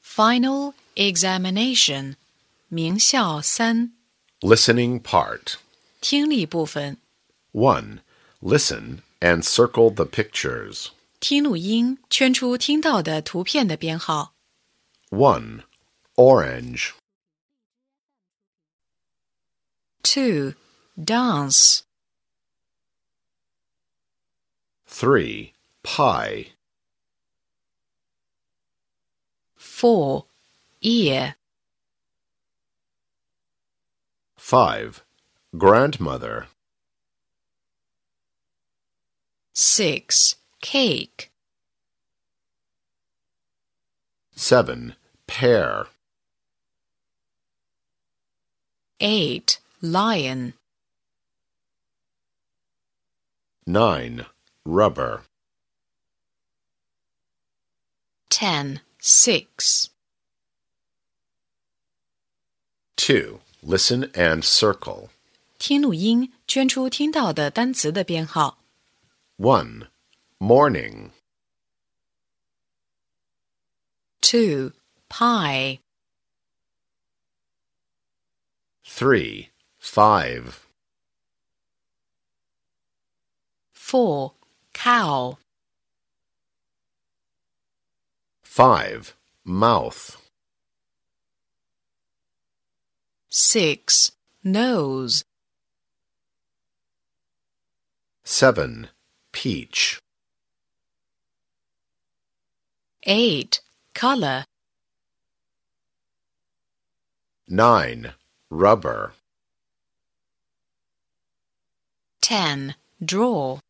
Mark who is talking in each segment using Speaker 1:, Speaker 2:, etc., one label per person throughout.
Speaker 1: Final examination. 名校三
Speaker 2: Listening part.
Speaker 1: 听力部分，
Speaker 2: 1. Listen and circle the pictures.
Speaker 1: 听录音，圈出听到的图片的编号。
Speaker 2: 1. Orange.
Speaker 1: Two, dance.
Speaker 2: 3. Pie.
Speaker 1: Four, ear.
Speaker 2: 5. Grandmother.
Speaker 1: Six, cake.
Speaker 2: 7. Pear.
Speaker 1: Eight, lion.
Speaker 2: 9. Rubber.
Speaker 1: Ten, six.
Speaker 2: 2. Listen and circle.
Speaker 1: 听录音，圈出听到的单词的编号。
Speaker 2: 1. Morning.
Speaker 1: Two, pie.
Speaker 2: 3. 5.
Speaker 1: Four, cow.
Speaker 2: 5. Mouth.
Speaker 1: Six, nose.
Speaker 2: 7. Peach.
Speaker 1: Eight, color.
Speaker 2: 9. Rubber.
Speaker 1: Ten, draw.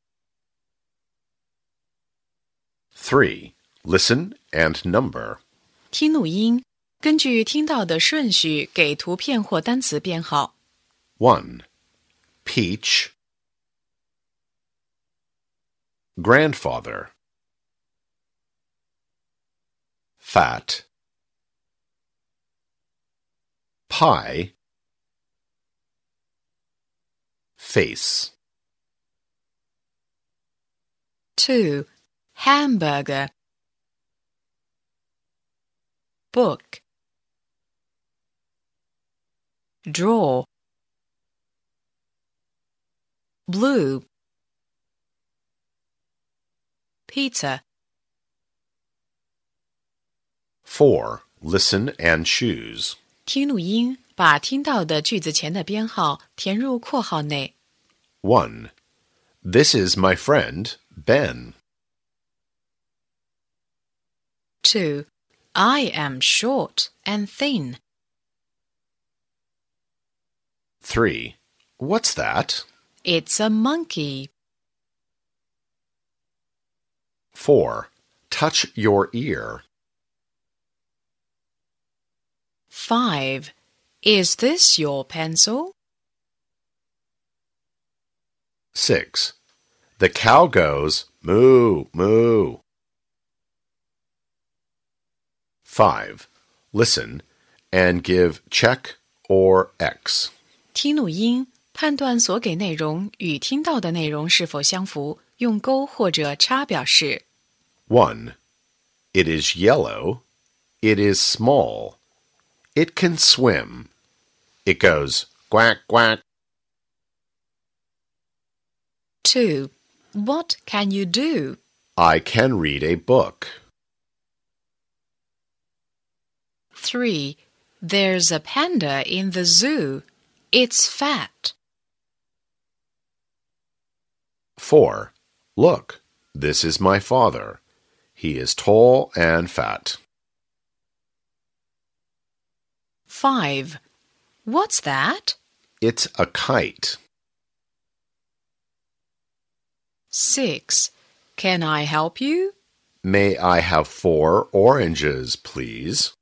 Speaker 2: 3. Listen and number.
Speaker 1: 听录音，根据听到的顺序给图片或单词编号。
Speaker 2: 1. Peach. Grandfather. Fat. Pie. Face.
Speaker 1: Two, hamburger. Book. Draw. Blue. Pizza.
Speaker 2: 4. Listen and choose.
Speaker 1: 听录音，把听到的句子前的编号填入括号内。
Speaker 2: 1. This is my friend, Ben.
Speaker 1: Two, I am short and thin.
Speaker 2: 3. What's that?
Speaker 1: It's a monkey.
Speaker 2: 4. Touch your ear.
Speaker 1: Five, is this your pencil?
Speaker 2: 6. The cow goes moo, moo. 5. Listen and give check or X.
Speaker 1: 听录音，判断所给内容与听到的内容是否相符，用勾或者叉表示。
Speaker 2: 1. It is yellow. It is small. It can swim. It goes quack, quack.
Speaker 1: Two, what can you do?
Speaker 2: I can read a book.
Speaker 1: Three, there's a panda in the zoo. It's fat.
Speaker 2: 4. Look, this is my father. He is tall and fat.
Speaker 1: Five, what's that?
Speaker 2: It's a kite.
Speaker 1: Six, can I help you?
Speaker 2: May I have four oranges, please?